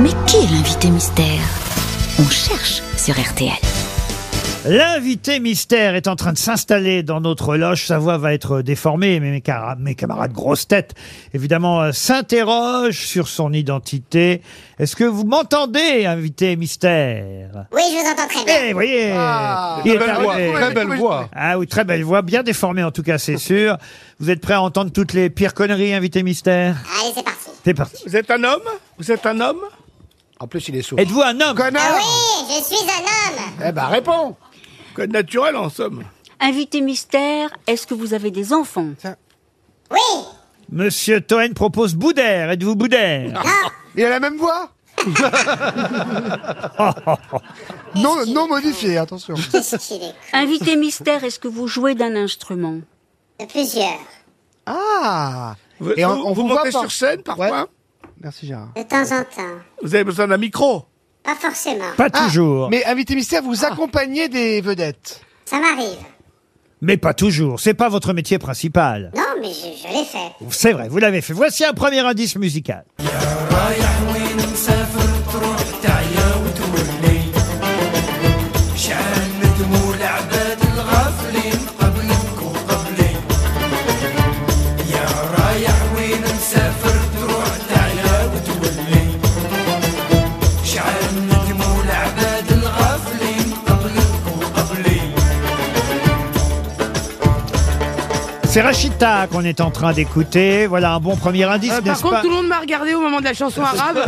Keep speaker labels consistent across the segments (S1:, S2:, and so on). S1: Mais qui est l'invité mystère On cherche sur RTL.
S2: L'invité mystère est en train de s'installer dans notre loge. Sa voix va être déformée, mais mes, cara- mes camarades grosses têtes, évidemment, euh, s'interrogent sur son identité. Est-ce que vous m'entendez, invité mystère
S3: Oui, je vous entends très bien.
S2: Eh, voyez il est
S4: Très belle voix,
S2: arrivé.
S4: très belle voix.
S2: Ah oui, très belle voix, bien déformée en tout cas, c'est sûr. Vous êtes prêts à entendre toutes les pires conneries, invité mystère
S3: Allez, c'est parti.
S2: C'est parti.
S4: Vous êtes un homme Vous êtes un homme En plus, il est sourd.
S2: Êtes-vous un homme
S4: Connard
S3: Ah Oui, je suis un homme.
S4: Eh ben, réponds Code naturel, en somme.
S5: Invité mystère, est-ce que vous avez des enfants
S3: Oui.
S2: Monsieur Toen propose Boudère. Êtes-vous Boudère
S6: Il a la même voix non, non modifiée, attention.
S3: Qu'est-ce qu'il est con.
S5: Invité mystère, est-ce que vous jouez d'un instrument
S3: De plusieurs.
S6: Ah
S4: Vous,
S6: Et on-
S4: vous-
S6: on
S4: vous
S6: vous voit
S4: montez
S6: pas.
S4: sur scène, parfois
S6: Ouais. Merci Gérard.
S3: De temps en temps.
S4: Vous avez besoin d'un micro
S3: Pas forcément.
S2: Pas
S6: Ah,
S2: toujours. Mais...
S6: Mais invité mystère, vous accompagnez des vedettes.
S3: Ça m'arrive.
S2: pas toujours. C'est pas votre métier principal.
S3: Non, mais je, je l'ai fait.
S2: C'est vrai, vous l'avez fait. Voici un premier indice musical.
S7: رايح وين مسافر تروح تعيا وتولي شعل من دموع العباد الغافلين قبلك وقبلي يا رايح وين مسافر تروح تعيا وتولي شعل من دموع العباد الغافلين قبلك وقبلي
S2: C'est Rachita qu'on est en train d'écouter. Voilà un bon premier indice,
S8: Euh, par
S2: n'est-ce
S8: contre,
S2: pas
S8: tout le monde m'a regardé au moment de la chanson arabe.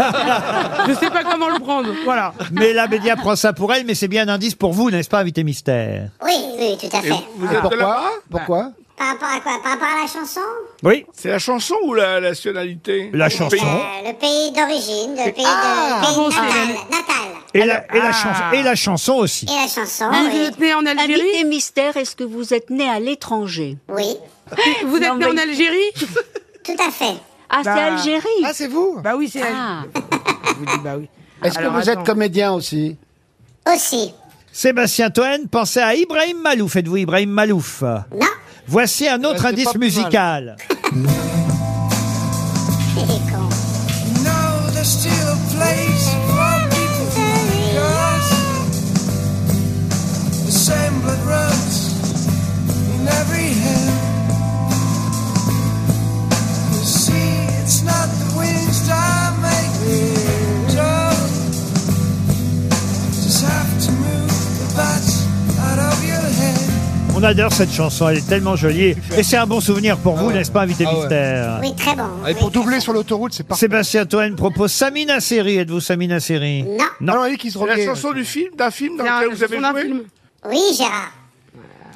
S8: je sais pas comment le prendre. Voilà.
S2: Mais la Bédia prend ça pour elle, mais c'est bien un indice pour vous, n'est-ce pas, invité mystère
S3: Oui, oui, tout à
S4: Et
S3: fait.
S4: vous êtes de là-bas
S6: Pourquoi
S3: Par rapport à quoi Par rapport à la chanson
S2: Oui.
S4: C'est la chanson ou la nationalité
S2: La chanson.
S3: Euh, Le pays d'origine, le pays,
S6: Ah,
S3: de,
S8: bravo,
S3: pays natal,
S8: Cyril.
S3: natal.
S2: Et la, et la
S8: Ah.
S2: chanson, et la chanson aussi.
S3: Et la chanson,
S8: Vous
S3: oui.
S8: êtes né en Algérie
S5: Invité mystère, est-ce que vous êtes né à l'étranger
S3: Oui,
S8: Vous êtes
S5: Non,
S8: né en
S5: mais-
S8: Algérie
S3: tout à fait.
S5: Ah, c'est
S8: Bah.
S5: Algérie
S6: Ah, c'est vous
S8: Bah oui, c'est
S5: Ah.
S8: Je vous dis bah oui.
S9: Est-ce que
S8: Alors,
S9: vous
S8: attends.
S9: êtes comédien aussi
S3: Aussi.
S2: Sébastien Toen, pensez à Ibrahim Malouf. Êtes-vous Ibrahim Malouf
S3: Non
S2: Voici un autre
S6: Euh, c'est pas
S2: indice
S6: plus mal.
S2: musical.
S3: Il est con.
S7: No, there's still a place for people like us. The same blood runs in every hand. You see, it's not the wings that make me jump. Just have to move the bats out of your head.
S2: On adore cette chanson, elle est tellement jolie. Et c'est un bon souvenir pour vous, n'est-ce pas, invité
S6: Ah ouais.
S2: mystère
S3: Oui, très bon.
S6: Et
S3: oui,
S6: pour
S3: très
S6: doubler
S3: bon.
S6: sur l'autoroute, c'est parfait.
S2: Sébastien Toen propose Samina Seri. Êtes-vous Samina Seri
S3: Non.
S6: Non, non, lui qui se
S4: C'est la
S6: remet. euh,
S4: chanson du film, d'un film dans
S8: C'est un-
S4: lequel vous avez
S8: c'est un
S4: joué
S8: film.
S3: Oui, Gérard.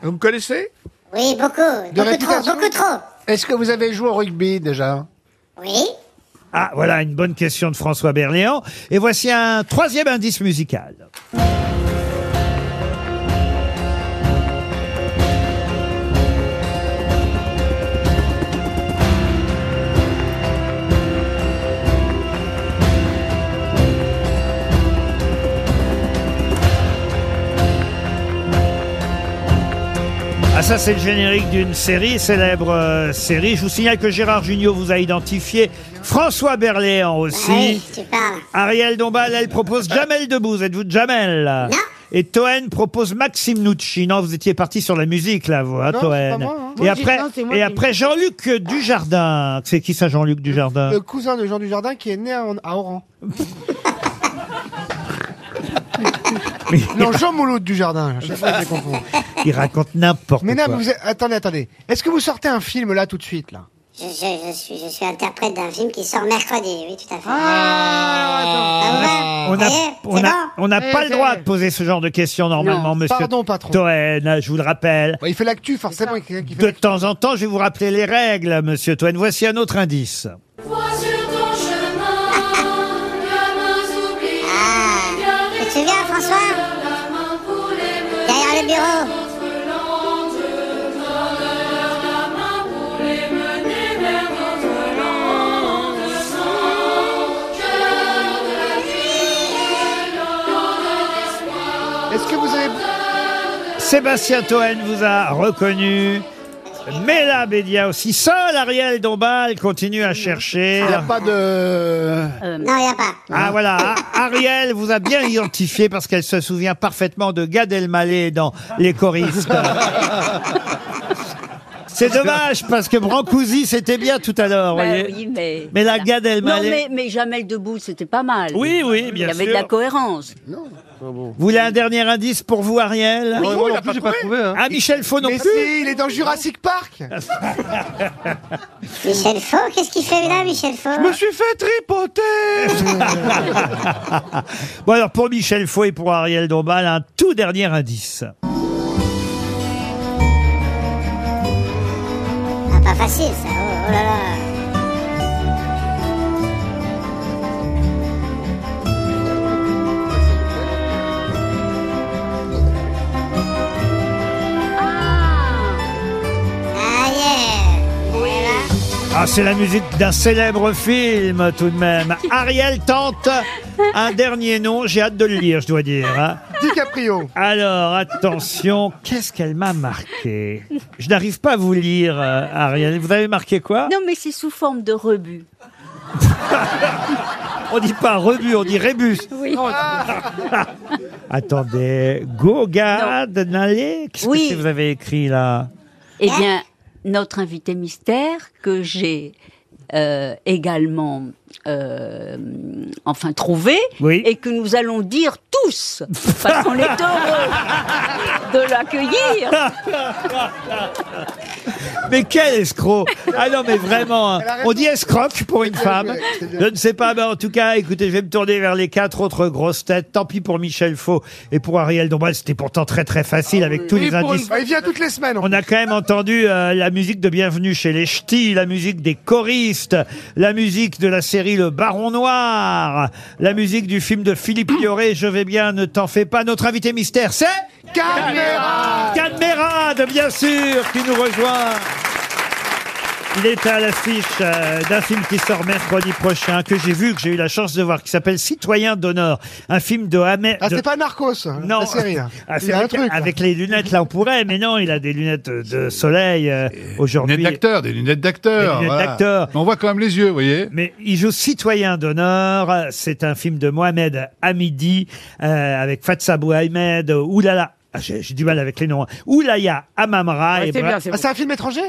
S4: Vous me connaissez
S3: Oui, beaucoup. Beaucoup trop,
S6: réputation.
S3: beaucoup trop.
S9: Est-ce que vous avez joué au rugby déjà
S3: Oui.
S2: Ah, voilà une bonne question de François Berléand. Et voici un troisième indice musical. Ah ça c'est le générique d'une série, célèbre euh, série. Je vous signale que Gérard Junior vous a identifié, François Berléand
S3: Ah
S2: aussi.
S3: oui, tu parles.
S2: Ariel Dombal, elle propose Jamel Debbouze. Êtes-vous Jamel
S3: Non.
S2: Et Toen propose Maxime Nucci. Non, vous étiez parti sur la musique là, vous, hein,
S6: Non, c'est
S2: Toen.
S6: pas moi, hein.
S2: Et
S8: Moi, j'ai-
S2: après,
S8: non, c'est moi
S2: et
S8: qui-
S2: après Jean-Luc Dujardin. C'est qui ça, Jean-Luc Dujardin
S6: Le cousin de Jean Dujardin qui est né à, à Oran. non, Jean Mouloud Dujardin, à chaque fois je les confonds.
S2: Il raconte n'importe
S6: Mais
S2: quoi.
S6: non, mais vous êtes- attendez, attendez. Est-ce que vous sortez un film là tout de suite là
S3: Je, je, je, suis, je suis interprète d'un film qui sort mercredi, oui, tout à fait.
S8: Ah, alors, attends.
S3: Ah,
S2: On
S3: ouais.
S2: n'a
S3: Ça y est,
S2: on
S3: c'est
S2: a,
S3: bon
S2: on n'a
S8: Eh,
S2: pas le
S8: c'est-
S2: droit de poser ce genre de questions normalement, monsieur
S6: Pardon, patron.
S2: Toen. Je vous le rappelle.
S6: Bah, Il fait l'actu, forcément. il y a quelqu'un qui fait
S2: De temps en temps, je vais vous rappeler les règles, monsieur Toen. Voici un autre indice.
S10: Vois sur ton chemin, gamins oubliés,
S3: Ah. Tu te souviens, François
S10: la main pour les bleus,
S3: Derrière le bureau.
S10: notre lendemain, la main pour les mener vers notre lendemain, cœur de la vie, l'ordre d'espoir.
S6: Est-ce que vous avez
S2: Sébastien Toen vous a reconnu. Mela Bédia aussi. Seul Ariel Dombal continue à chercher.
S9: Il
S4: Ah,
S9: n'y a pas de...
S3: Non, il n'y a pas.
S2: Ah voilà, A- Ariel vous a bien identifié parce qu'elle se souvient parfaitement de Gad Elmaleh dans Les choristes. C'est dommage parce que Brancusi c'était bien tout à l'heure,
S5: Bah
S2: voyez.
S5: oui, mais...
S2: Mais la Gad
S5: Non,
S2: Elmaleh.
S5: mais, mais Jamel Debout, c'était pas mal.
S2: Oui, oui, bien
S5: Il y avait
S2: sûr.
S5: de la cohérence.
S2: Vous voulez un dernier indice pour vous, Ariel
S6: Moi, moi, non plus, j'ai pas trouvé. hein.
S2: Ah, Michel Faux non
S6: Mais
S2: plus
S6: si, il est dans Jurassic Park
S3: Michel Faux, qu'est-ce qu'il fait là, Michel Faux
S6: Je me suis fait tripoter
S2: Bon, alors pour Michel Faux et pour Ariel Dombal, un tout dernier indice.
S3: Ah, pas facile, ça. Oh, oh là là. Ah, yeah. Oui.
S2: Ah, c'est la musique d'un célèbre film, tout de même. Ariel tente un dernier nom, j'ai hâte de le lire, je dois dire. hein.
S6: DiCaprio
S2: Alors, attention, qu'est-ce qu'elle m'a marqué Je n'arrive pas à vous lire, euh, Ariel. Vous avez marqué quoi
S5: Non, mais c'est sous forme de rebut.
S2: On dit pas rebut, on dit rébus. Attendez, Gogad Nalé Qu'est-ce
S5: Oui.
S2: que c'est que vous avez écrit là
S5: Eh bien, notre invité mystère, que j'ai euh, également euh, enfin trouvé,
S2: Oui.
S5: et que nous allons dire tous, parce qu'on est heureux de l'accueillir.
S2: Mais quel escroc Ah non, mais vraiment, hein. on dit escroc pour une femme. Je ne sais pas, mais en tout cas, écoutez, je vais me tourner vers les quatre autres grosses têtes. Tant pis pour Michel Faux et pour Ariel Dombal, c'était pourtant très très facile avec tous les indices.
S4: Bah,
S6: Il vient toutes les semaines.
S2: On a quand même entendu euh, la musique de Bienvenue chez les Ch'tis, la musique des choristes, la musique de la série Le Baron Noir, la musique du film de Philippe Lioré, Je vais bien, ne t'en fais pas. Notre invité mystère, c'est
S6: Caméra
S2: Cadmerade, bien sûr, qui nous rejoint. Il est à l'affiche euh, d'un film qui sort mercredi prochain, que j'ai vu, que j'ai eu la chance de voir, qui s'appelle Citoyen d'honneur, un film de Hamet.
S6: Ah,
S2: de-
S6: c'est pas Narcos,
S2: non,
S6: la série, là.
S2: Ah, c'est
S6: il y a
S2: vrai
S6: un truc, là.
S2: avec les lunettes là on pourrait, mais non, il a des lunettes de soleil euh,
S11: Des lunettes
S2: aujourd'hui.
S11: d'acteur, des lunettes d'acteur.
S2: Des lunettes
S11: voilà.
S2: d'acteur.
S11: Mais On voit quand même les yeux, vous voyez.
S2: Mais il joue Citoyen d'honneur. C'est un film de Mohamed Hamidi euh, avec Fatsa Bouhamed, Oulala. Ah, J'ai j'ai du mal avec les noms. hein. Oulaya Amamra et
S8: C'est bien, c'est
S6: Ah,
S8: bon.
S6: c'est un film étranger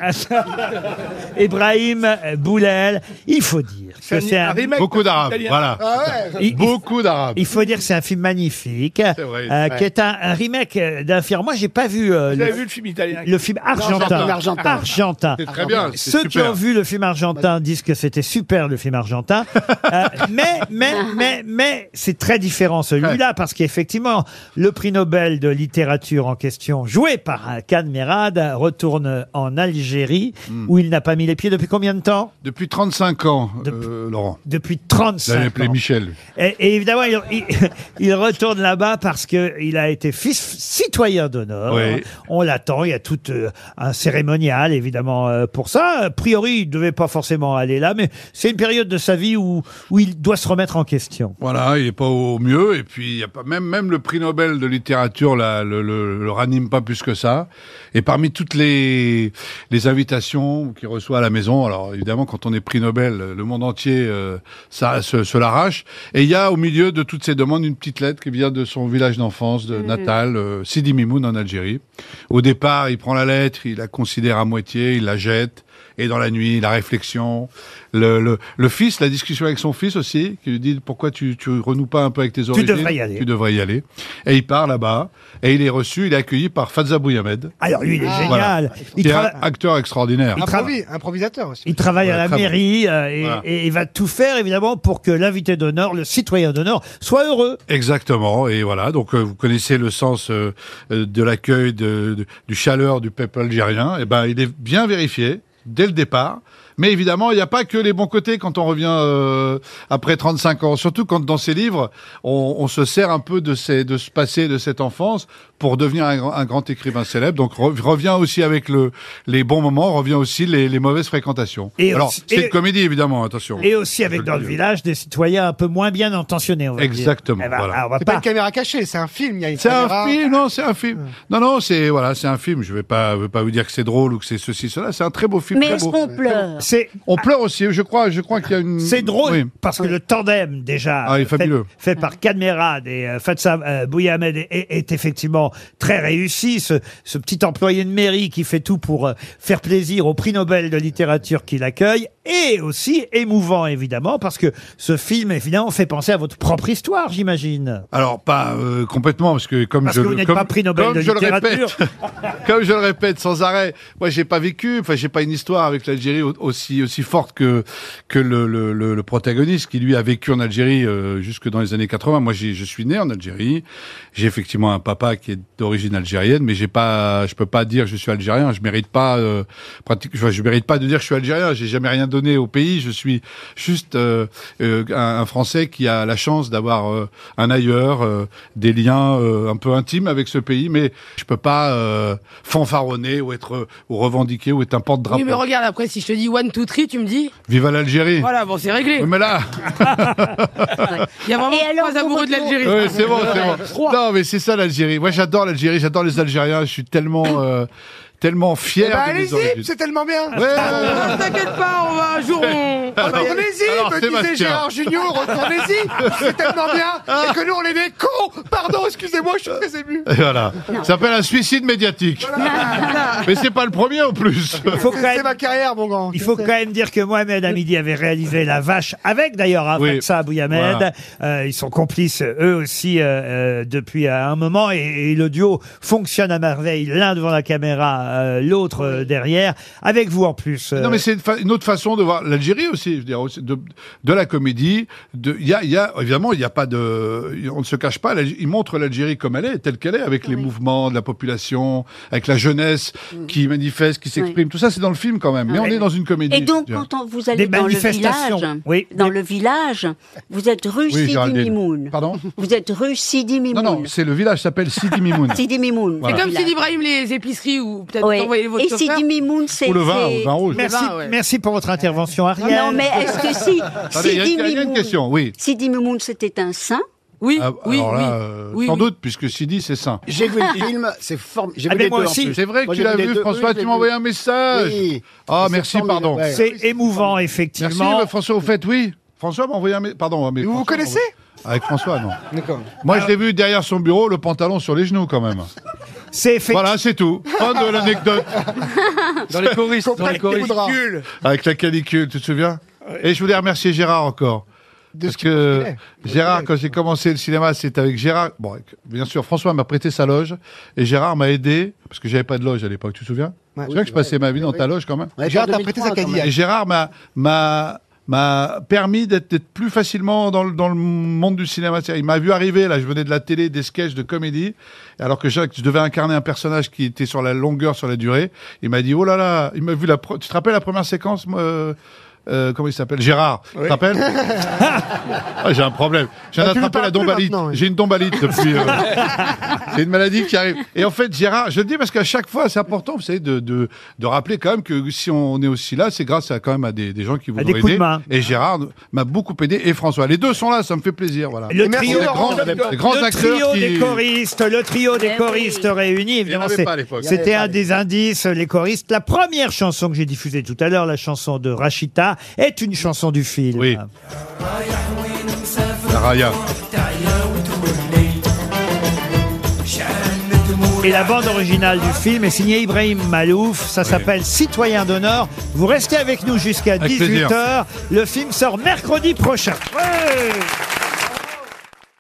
S2: Ibrahim Boulel. Il faut dire que c'est un,
S4: remake
S11: Beaucoup d'arabes,
S4: italien.
S11: voilà.
S6: Ah ouais
S2: il-
S11: Beaucoup d'arabes.
S2: il faut dire que c'est un film magnifique,
S11: C'est vrai.
S2: euh, qui est un, un remake euh, d'un film. Moi, j'ai pas vu euh,
S4: Vous avez
S2: le,
S4: vu le film italien
S2: le film argentin.
S9: Argentin.
S2: Argentin.
S11: C'est très bien. c'est
S2: Ah, Ceux qui
S11: super.
S2: ont vu le film argentin disent que c'était super le film argentin. Euh, mais, mais, mais, mais, c'est très différent celui-là parce qu'effectivement, le prix Nobel de littérature en question, joué par un Merad, retourne en Algérie où il n'a pas mis les pieds depuis combien de temps
S11: Depuis 35 ans, euh, Laurent.
S2: Depuis
S11: Vous avez
S2: 35
S11: appelé
S2: ans.
S11: Michel.
S2: Et, et évidemment, il, il- il retourne là-bas parce que il a été fils citoyen d'honneur.
S11: Oui.
S2: On l'attend. Il y a tout euh, un cérémonial, évidemment, euh, pour ça. A priori, il devait pas forcément aller là, mais c'est une période de sa vie où, où il doit se remettre en question.
S11: Voilà, il n'est pas au mieux. Et puis, il y a pas, même, même le prix Nobel de littérature là, le, le, le ranime pas plus que ça. Et parmi toutes les, les invitations qu'il reçoit à la maison, alors évidemment, quand on est prix Nobel, le monde entier euh, ça, se, se l'arrache. Et il y a au milieu de toutes ces demandes une petite lettre qui vient de son village d'enfance, de Natal, euh, Sidi Mimoun, en Algérie. Au départ, il prend la lettre, il la considère à moitié, il la jette. Et dans la nuit, la réflexion, le, le, le fils, la discussion avec son fils aussi, qui lui dit pourquoi tu, tu renoues pas un peu avec tes origines.
S2: devrais y aller.
S11: Tu devrais y aller. Et il part là-bas, et il est reçu, il est accueilli par Fazza Bouyamed,
S2: Alors lui, il est génial. Il,
S11: qui est
S2: trava-
S11: un acteur extraordinaire.
S2: Il-
S6: Improvi- Improvisateur aussi.
S2: il travaille
S11: Ouais,
S2: à la
S11: très bon.
S2: mairie euh, et,
S11: Voilà.
S2: et il va tout faire, évidemment, pour que l'invité d'honneur, le citoyen d'honneur, soit heureux.
S11: Exactement, et voilà, donc euh, vous connaissez le sens euh, euh, de Eh l'accueil, de, de- du chaleur du peuple algérien, et ben il est bien vérifié dès le départ. Mais évidemment, il n'y a pas que les bons côtés quand on revient euh, après 35 ans. Surtout quand dans ces livres, on, on se sert un peu de, ces, de ce passé, de cette enfance, pour devenir un, grand- un grand écrivain célèbre. Donc re- revient aussi avec le, les bons moments, revient aussi les, les mauvaises fréquentations.
S2: Et
S11: Alors,
S2: aussi-
S11: c'est
S2: et-
S11: une comédie, évidemment, attention.
S2: Et aussi avec
S11: Je
S2: dans le
S11: dis.
S2: village des citoyens un peu moins bien intentionnés. On va dire.
S11: Exactement,
S2: Eh ben,
S11: voilà.
S2: ah, on va
S6: C'est pas
S2: pas.
S6: une caméra cachée, c'est un film. il y a une
S11: C'est un
S6: caméra.
S11: film, non, c'est un film. Non, non, c'est voilà, c'est un film. Je vais pas, veux pas vous dire que c'est drôle ou que c'est ceci, cela. C'est un très beau film.
S5: Mais
S11: très
S5: est-ce
S11: beau.
S5: qu'on pleure
S2: C'est
S11: On pleure aussi. Je crois, je crois qu'il y a une.
S2: c'est drôle
S11: Oui.
S2: parce que le tandem déjà
S11: Ah, il est
S2: euh, fait,
S11: fabuleux.
S2: fait par Cadmerad et euh, Fatsa euh, Bouyamed est, est- est effectivement très réussi. Ce, ce petit employé de mairie qui fait tout pour euh, faire plaisir au prix Nobel de littérature qu'il accueille et aussi émouvant évidemment parce que ce film évidemment fait penser à votre propre histoire, j'imagine.
S11: Alors pas euh, complètement parce que comme
S2: Parce
S11: je
S2: que vous
S11: le-
S2: n'êtes
S11: comme-
S2: pas prix Nobel
S11: comme
S2: de
S11: je le
S2: littérature.
S11: répète, comme je le répète sans arrêt, moi j'ai pas vécu, enfin j'ai pas une histoire avec l'Algérie au- aussi aussi forte que que le, le, le- le protagoniste qui lui a vécu en Algérie euh, jusque dans les années 80. Moi j'ai- je suis né en Algérie, j'ai effectivement un papa qui est d'origine algérienne, mais j'ai pas, je peux pas dire je suis algérien, je mérite pas euh, pratique, je, je mérite pas de dire je suis algérien, j'ai jamais rien donné au pays, je suis juste euh, euh, un, un Français qui a la chance d'avoir euh, un ailleurs, euh, des liens euh, un peu intimes avec ce pays, mais je peux pas euh, fanfaronner ou être euh, ou revendiquer ou être un porte-drapeau.
S8: Oui, mais regarde, après, si je te dis one, two, three, tu me dis,
S11: Vive à l'Algérie.
S8: voilà, bon, c'est réglé.
S11: Oui, mais là,
S8: Il y a vraiment
S5: Et alors,
S8: trois amoureux de
S5: vous retournez-
S8: l'Algérie.
S11: oui, c'est bon, euh, c'est bon. Non, mais c'est ça l'Algérie. Moi, j'adore l'Algérie, j'adore les Algériens. Je suis tellement, euh, tellement
S6: Eh
S11: fier
S6: ben,
S11: de mes origines.
S6: allez-y, c'est tellement bien. Euh,
S11: Ouais, ouais, ouais.
S8: Non, T'inquiète pas, on va un jour. On...
S11: Alors-
S6: Retournez-y,
S11: alors,
S6: me
S11: Sébastien.
S6: disait Gérard Junior, retournez-y, c'est tellement bien, et que nous on est des cons Pardon, excusez-moi, je suis très ému.
S11: Et Voilà. Ça s'appelle un suicide médiatique. Mais c'est pas le premier en plus.
S2: Il faut quand
S6: C'est
S2: même
S6: c'est ma carrière, mon grand.
S2: Il faut quand même dire que Mohamed Hamidi avait réalisé La Vache avec d'ailleurs hein,
S11: Oui.
S2: Fatsa Bouyamed.
S11: Voilà.
S2: Euh, ils sont complices eux aussi euh, euh, depuis euh, un moment et, et le duo fonctionne à merveille. L'un devant la caméra, euh, l'autre euh, derrière. Avec vous en plus. euh,
S11: Non, mais c'est une, fa- une autre façon de voir l'Algérie aussi. Je veux dire, aussi de, de la comédie. De, il y a, il y a, évidemment, il n'y a pas de. On ne se cache pas. l'Alg- Ils montrent l'Algérie comme elle est, telle qu'elle est, avec les mouvements de la population, avec la jeunesse
S12: Mm.
S11: qui manifeste, qui s'exprime. Tout ça, c'est dans le film quand même. Mais on est dans une comédie.
S12: Et donc,
S11: je veux dire.
S12: quand on- vous
S2: Des
S12: allez dans le
S2: manifestations,
S12: village,
S2: oui.
S12: dans le village, vous êtes rue
S11: Oui,
S12: Sidi
S11: Géraldine.
S12: Mimoun.
S11: Pardon
S12: Vous êtes rue Sidi
S11: Non,
S12: Mimoun.
S11: non, c'est le village s'appelle Sidi Mimoun.
S12: Sidi Mimoun.
S11: Voilà.
S8: Comme
S12: Village.
S8: si Ibrahim les épiceries ou peut-être
S12: Ouais.
S8: t'envoyer votre
S12: Et
S8: chauffeur.
S12: Sidi Mimoun, c'est.
S11: Ou le vin, ou
S12: c'est-
S11: le vin rouge.
S2: merci,
S8: ben, ouais.
S2: merci pour votre intervention, Ariel.
S12: Ah Non, mais est-ce que si.
S11: Attendez, il y a-
S12: Sidi
S11: il y a- il y a une
S12: Mimoun-
S11: question, oui.
S12: Sidi Mimoun, c'était un saint.
S8: Oui,
S11: Ah,
S8: oui,
S11: alors
S8: oui.
S11: là, euh,
S8: oui,
S11: sans
S8: oui.
S11: doute, puisque Sidi, c'est saint.
S9: J'ai vu le film, c'est formidable. J'ai
S2: Ah,
S9: vu
S2: mais
S9: les
S2: moi
S9: deux en
S2: aussi.
S9: plus.
S11: C'est vrai que
S9: Moi,
S11: tu
S9: j'ai
S11: l'as
S9: les
S11: vu,
S9: deux.
S11: François,
S9: Oui, je
S11: tu
S9: l'ai
S11: m'as
S9: vu.
S11: envoyé un message.
S9: Oui.
S11: Ah,
S9: C'est
S11: merci,
S9: formidable,
S11: pardon.
S9: ouais.
S2: C'est émouvant,
S11: Merci,
S2: effectivement.
S11: mais François, au fait, oui. François m'a envoyé un message. Pardon, mais.
S6: Vous vous
S11: François m'a
S6: connaissez
S11: envoyé- Avec François, non.
S6: D'accord.
S11: Moi, je l'ai vu derrière son bureau, le pantalon sur les genoux, quand même.
S2: C'est effectivement.
S11: Voilà, c'est tout. Fin de l'anecdote.
S4: Dans les choristes, dans les
S6: Complètement
S4: choristes.
S6: drap.
S11: Avec la canicule, tu te souviens Et je voulais remercier Gérard encore. Parce que Gérard, quand j'ai commencé le cinéma, c'était avec Gérard. Bon, avec- bien sûr, François m'a prêté sa loge et Gérard m'a aidé parce que j'avais pas de loge à l'époque. Tu te souviens
S6: Ouais.
S11: Tu te souviens que je passais ma vie dans ta loge quand même.
S9: Ouais,
S6: Gérard
S9: en
S6: t'a prêté sa
S9: 2003, quand
S6: Cadillac.
S11: Et Gérard m'a m'a m'a permis d'être d'être plus facilement dans le, dans le monde du cinéma. C'est-à-dire, Il m'a vu arriver là, je venais de la télé, des sketchs de comédie, alors que Jacques, je devais incarner un personnage qui était sur la longueur, sur la durée. Il m'a dit oh là là, il m'a vu la. pre- Tu te rappelles la première séquence moi, euh, euh, comment il s'appelle Gérard. Tu te rappelles Ah, J'ai un problème. J'ai
S6: Ah, tu lui
S11: attrapé
S6: parles
S11: la
S6: plus
S11: dombalite.
S6: maintenant, oui.
S11: J'ai une dombalite depuis. euh, c'est une maladie qui arrive. Et en fait, Gérard, je le dis parce qu'à chaque fois, c'est important, vous savez, de, de, de rappeler quand même que si on est aussi là, c'est grâce à quand même à des, des gens qui vous
S2: À
S11: ont
S2: des coups de
S11: aidé.
S2: main.
S11: Et Gérard m'a beaucoup aidé et François. Les deux sont là, ça me fait plaisir. Voilà.
S2: Le
S11: Ah. Et merci
S2: trio
S11: aux
S2: Laurent
S11: grands-
S2: Dodon.
S11: les grands
S2: le
S11: acteurs
S2: trio
S11: qui-
S2: des choristes, le trio des
S12: Eh oui.
S2: choristes réunis, évidemment,
S11: avait
S2: c'est-
S11: pas à l'époque.
S9: Il y en
S2: c'était
S9: avait pas
S2: un
S9: à
S2: des indices, les choristes. La première chanson que j'ai diffusée tout à l'heure, la chanson de Rachita, est une chanson du film.
S11: Oui. La Raya.
S2: Et la bande originale du film est signée Ibrahim Malouf, ça s'appelle Citoyen d'honneur. Vous restez avec nous jusqu'à
S11: Avec plaisir.
S2: 18h, le film sort mercredi prochain. Ouais